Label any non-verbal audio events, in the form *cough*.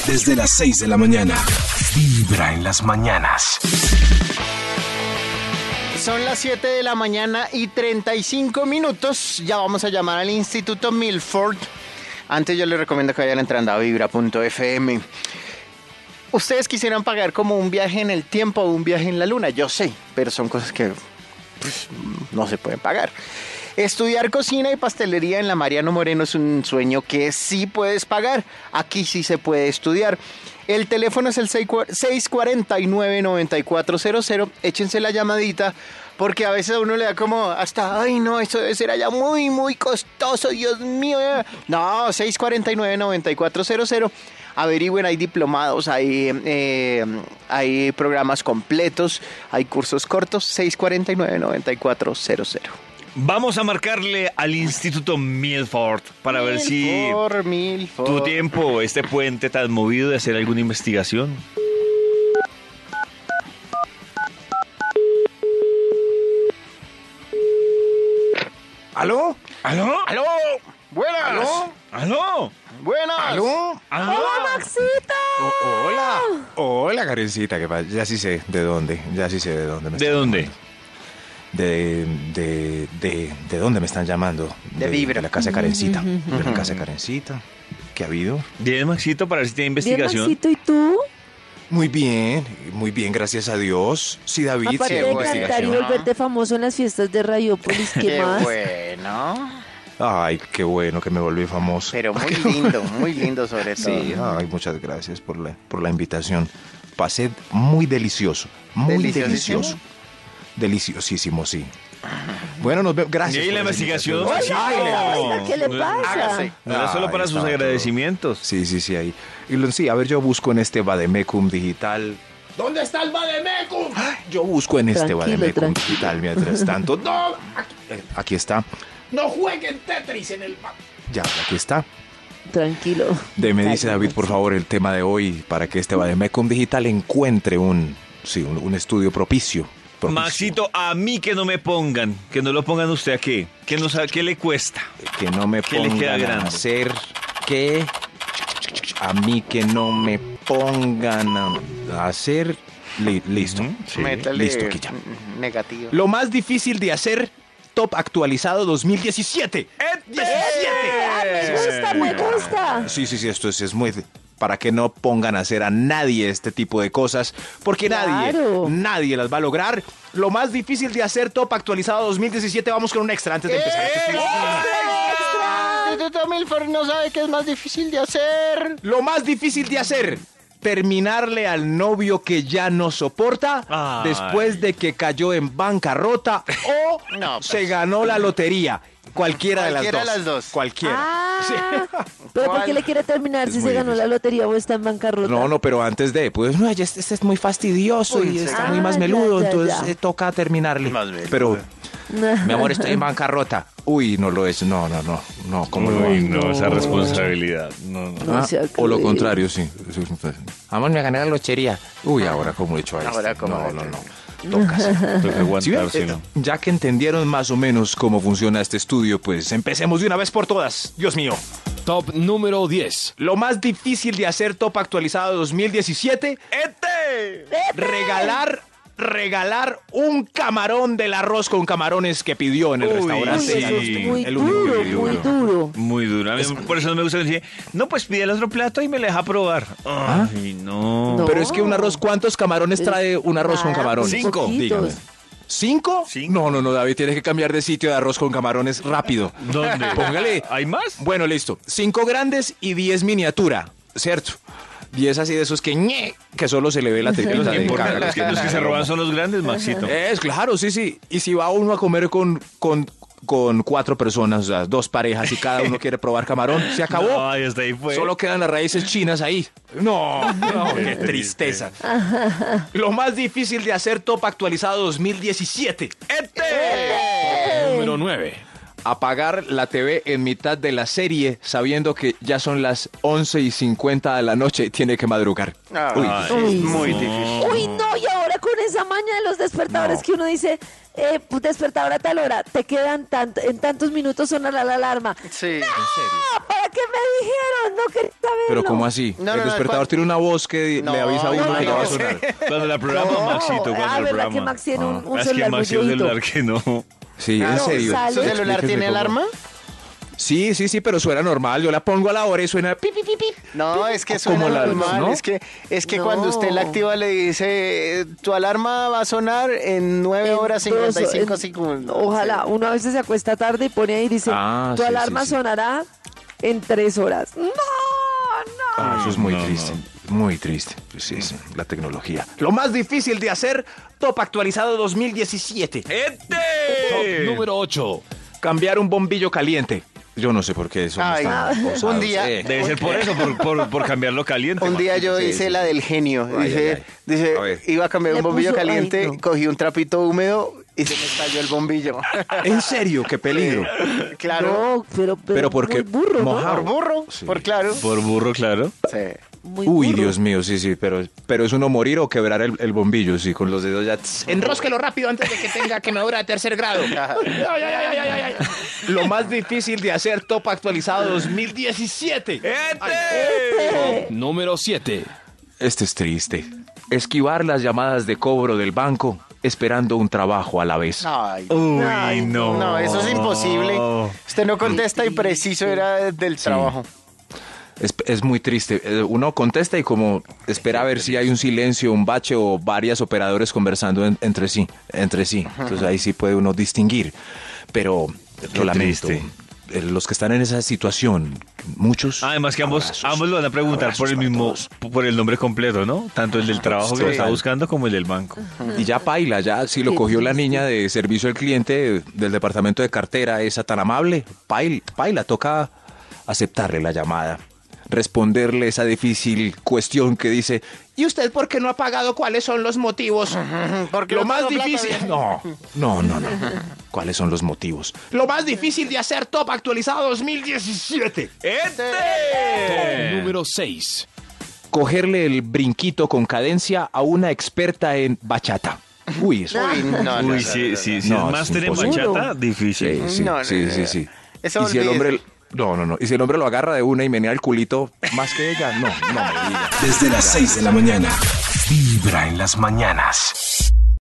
antes de las 6 de la mañana. Vibra en las mañanas. Son las 7 de la mañana y 35 minutos. Ya vamos a llamar al Instituto Milford. Antes yo les recomiendo que vayan entrando a vibra.fm. Ustedes quisieran pagar como un viaje en el tiempo o un viaje en la luna, yo sé, pero son cosas que pues, no se pueden pagar. Estudiar cocina y pastelería en la Mariano Moreno es un sueño que sí puedes pagar. Aquí sí se puede estudiar. El teléfono es el 649-9400. Échense la llamadita porque a veces a uno le da como hasta, ay no, esto debe ser allá muy, muy costoso, Dios mío. No, 649-9400. Averigüen, hay diplomados, hay, eh, hay programas completos, hay cursos cortos. 649-9400. Vamos a marcarle al Instituto Milford para ver si Por mil, por- tu tiempo, este puente tan movido de hacer alguna investigación. ¿Aló? ¿Aló? ¡Aló! ¡Buenas! ¿Ah? ¿Aló? ¿Ah, ¿Aló? ¡Buenas! ¿Aló? ¿Aló? O- hola. Hola, Karencita, ¿qué pasa? Ya sí sé de dónde, ya sí sé de dónde me ¿De están dónde? llamando. De, de, de, de dónde me están llamando. De Vibra. la casa de Karencita. De la casa de Karencita. ¿Qué ha habido? Bien, Maxito, para ver si tiene Bien, investigación. Maxito, ¿y tú? Muy bien, muy bien, gracias a Dios. Sí, David, sí, qué Aparte de hay buena cantar y investigación. canción. volverte famoso en las fiestas de Radiopolis, ¿qué Qué más? bueno. Ay, qué bueno que me volví famoso. Pero muy lindo, muy lindo sobre todo. Sí, ay, muchas gracias por la, por la invitación. Pasé muy delicioso, muy ¿Deliciosísimo? delicioso. Deliciosísimo, sí. Bueno, nos vemos. Y Gracias. ahí por la esa investigación. invitación. Maxito. oiga, ¿qué le pasa? Hágase. No era solo Ay, para sus estaba todo- agradecimientos. Sí, sí, sí, ahí. Y lo- sí, a ver, yo busco en este Bademecum digital. ¿Dónde está el Bademecum? Ay, Yo busco en este Tranquilo, Bademecum tranquilo. digital mientras tanto. *laughs* No, aquí, eh, aquí está. No jueguen Tetris en el mapa. Ya, aquí está. Tranquilo. De me dice Dale, David, por favor, el tema de hoy para que este Bademecum digital encuentre un, sí, un, un estudio propicio. propicio. Maxito, a mí que no me pongan, que no lo pongan usted a qué, que no sabe qué le cuesta. Que no me ¿Qué le pongan queda a grande? hacer que a mí que no me pongan a hacer li- listo. Métale Listo, aquí ya. Negativo. Lo más difícil de hacer top actualizado 2017. Ah, me gusta, me gusta. Sí, sí, sí, esto es, es muy para que no pongan a hacer a nadie este tipo de cosas, porque Claro. nadie, nadie las va a lograr. Lo más difícil de hacer top actualizado 2017, vamos con un extra antes de empezar. ¡Eh! Instituto Milford no sabe qué es más difícil de hacer. Lo más difícil de hacer, terminarle al novio que ya no soporta Ay. después de que cayó en bancarrota o *laughs* No, pues. se ganó la lotería. Cualquiera, Cualquiera de las dos. Cualquiera. Ah, pero ¿por qué ¿Cuál? le quiere terminar Es si muy se ganó difícil. la lotería o está en bancarrota? No, no, pero antes de, pues, no, ya este, este es muy fastidioso y está sí. muy Ah, más meludo, ya, ya, entonces ya. eh, toca terminarle. *laughs* Pero, mi amor, estoy en bancarrota. Uy, no lo es, no, no, no, no, ¿cómo lo hago? no, esa responsabilidad. No, *laughs* no. No Ah, sea o lo cruel. contrario, sí. Vamos, me gané la lochería. Uy, Ah. ahora cómo he hecho esto. Ahora cómo no, he no, hecho. no. Toca. Toca Si bien, aguantarse, eh, ¿no? ya que entendieron más o menos cómo funciona este estudio, pues empecemos de una vez por todas. Dios mío. Top número 10. Lo más difícil de hacer top actualizado 2017. Regalar, regalar un camarón del arroz con camarones que pidió en el Uy, Uy, restaurante. Sí, eso es muy el único duro, que muy uno. duro. Muy dura. A mí Por eso no me gusta que dice, no, pues pide el otro plato y me lo deja probar. Ay, no. No. Pero es que un arroz, ¿cuántos camarones Pero- trae un arroz con Nada, camarones? muy Cinco. Ah, poquitos. Dígame. ¿Cinco? Cinco. No, no, no, David, tienes que cambiar de sitio de arroz con camarones rápido. ¿Dónde? Póngale. ¿Hay más? Bueno, listo. Cinco grandes y diez miniatura, ¿cierto? Diez así de esos que ñe, que solo se le ve la Los *laughs* tripita que, de importan, caca, los Eh, que- los que se roban son los grandes, Maxito. Es, claro, sí, sí. Y si va uno a comer con, con, con cuatro personas, o sea, dos parejas, y *laughs* cada uno quiere probar camarón, se acabó. No, ay, hasta ahí fue. Solo quedan las raíces chinas ahí. No, *laughs* no, qué tristeza. Lo más difícil de hacer top actualizado 2017. Eh. Número 9. Apagar la TV en mitad de la serie sabiendo que ya son las 11 y 50 de la noche y tiene que madrugar. Ah, Uy. Ay, Uy, no. Uy, no, y ahora con esa maña de los despertadores No. que uno dice, eh, pues, despertador a tal hora, te quedan tant- en tantos minutos sonará la alarma. Sí. ¡Ah! ¿Para qué me dijeron? No quería saberlo. Pero ¿cómo así? No, no, el no, despertador ¿cuál? tiene una voz que No, le avisa a uno no, que ya va a no. sonar. Cuando la programa, No. Maxito, cuando Ah, la ¿verdad programa. que Max tiene un, un Ah, es que celular muy Maxi es un viejito? celular que no. Sí, en Claro. serio. Sale. ¿Su celular Explíquenme tiene cómo. alarma? Sí, sí, sí, pero suena normal. Yo la pongo a la hora y suena pi, pi, pi, pi. No, es que Como suena la- normal. ¿no? Es que, es que No. cuando usted la activa le dice, tu alarma va a sonar en 9 En horas 55 dos- en- segundos. Ojalá, Sí. uno a veces se acuesta tarde y pone ahí y dice, Ah, tu sí, sí, alarma sí. sonará en tres horas. ¡No! ¡No! Ah, eso es muy no, triste. Muy triste. Pues Sí, sí, la tecnología. Lo más difícil de hacer, Top actualizado 2017. ¡Este! Número 8. Cambiar un bombillo caliente. Yo no sé por qué somos Ay, tan un osados, día, eh. Debe ser por eso, por, por, por cambiarlo caliente. Un día yo Sí, hice sí. la del genio. Ay, dice, ay, ay. dice A ver. iba a cambiar Le un bombillo puso- ay, caliente, no. cogí un trapito húmedo y se me estalló el bombillo. En serio, qué *laughs* peligro. claro. No, pero, pero, Pero porque muy burro, ¿no? moja- Por burro, Sí. por claro. Por burro, claro. Sí. Muy Uy, burro. Dios mío, sí, sí, pero, pero es uno morir o quebrar el, el bombillo, sí, con los dedos ya. Enrósquelo rápido antes de que tenga quemadura de tercer grado. Ay, ay, ay, ay, ay, ay. Lo más difícil de hacer, Top actualizado 2017. Número 7. Este es triste. Esquivar las llamadas de cobro del banco esperando un trabajo a la vez. Ay, Uy, Ay, no. no, eso es imposible. Usted no contesta y preciso era del trabajo. Es, es muy triste. Eh, Uno contesta y como espera a ver si hay un silencio, un bache o varias operadores conversando en- entre sí, entre sí. Entonces ahí sí puede uno distinguir. Pero lo lamento. triste. Ah, Eh, Los que están en esa situación, muchos. Además que ambos, abrazos. ambos lo van a preguntar por Abrazos el para mismo, todos. por el nombre completo, ¿no? Tanto el del trabajo que lo Sí. está buscando como el del banco. Y ya paila, ya si lo Qué cogió la triste. niña de servicio al cliente del departamento de cartera, esa tan amable, paila, paila, toca aceptarle la llamada, responderle esa difícil cuestión que dice, ¿Y usted por qué no ha pagado? ¿Cuáles son los motivos? *laughs* Porque Lo no más tengo plata, difícil. bien. No. *laughs* no, no, no, ¿cuáles son los motivos? Lo más difícil de hacer Top actualizado 2017. Este. Número 6. Cogerle el brinquito con cadencia a una experta en bachata. Uy, eso. Uy, no, no, no, Uy, sí, sí, sí. No, es es máster en imposible. bachata, difícil. Sí, sí, No, no, sí, no, sí, no. sí. Eso y si olvídese. el hombre... No, no, no. Y si el hombre lo agarra de una y menea el culito más que ella, no, no me diga. Desde las 6 de la mañana. Vibra en las mañanas.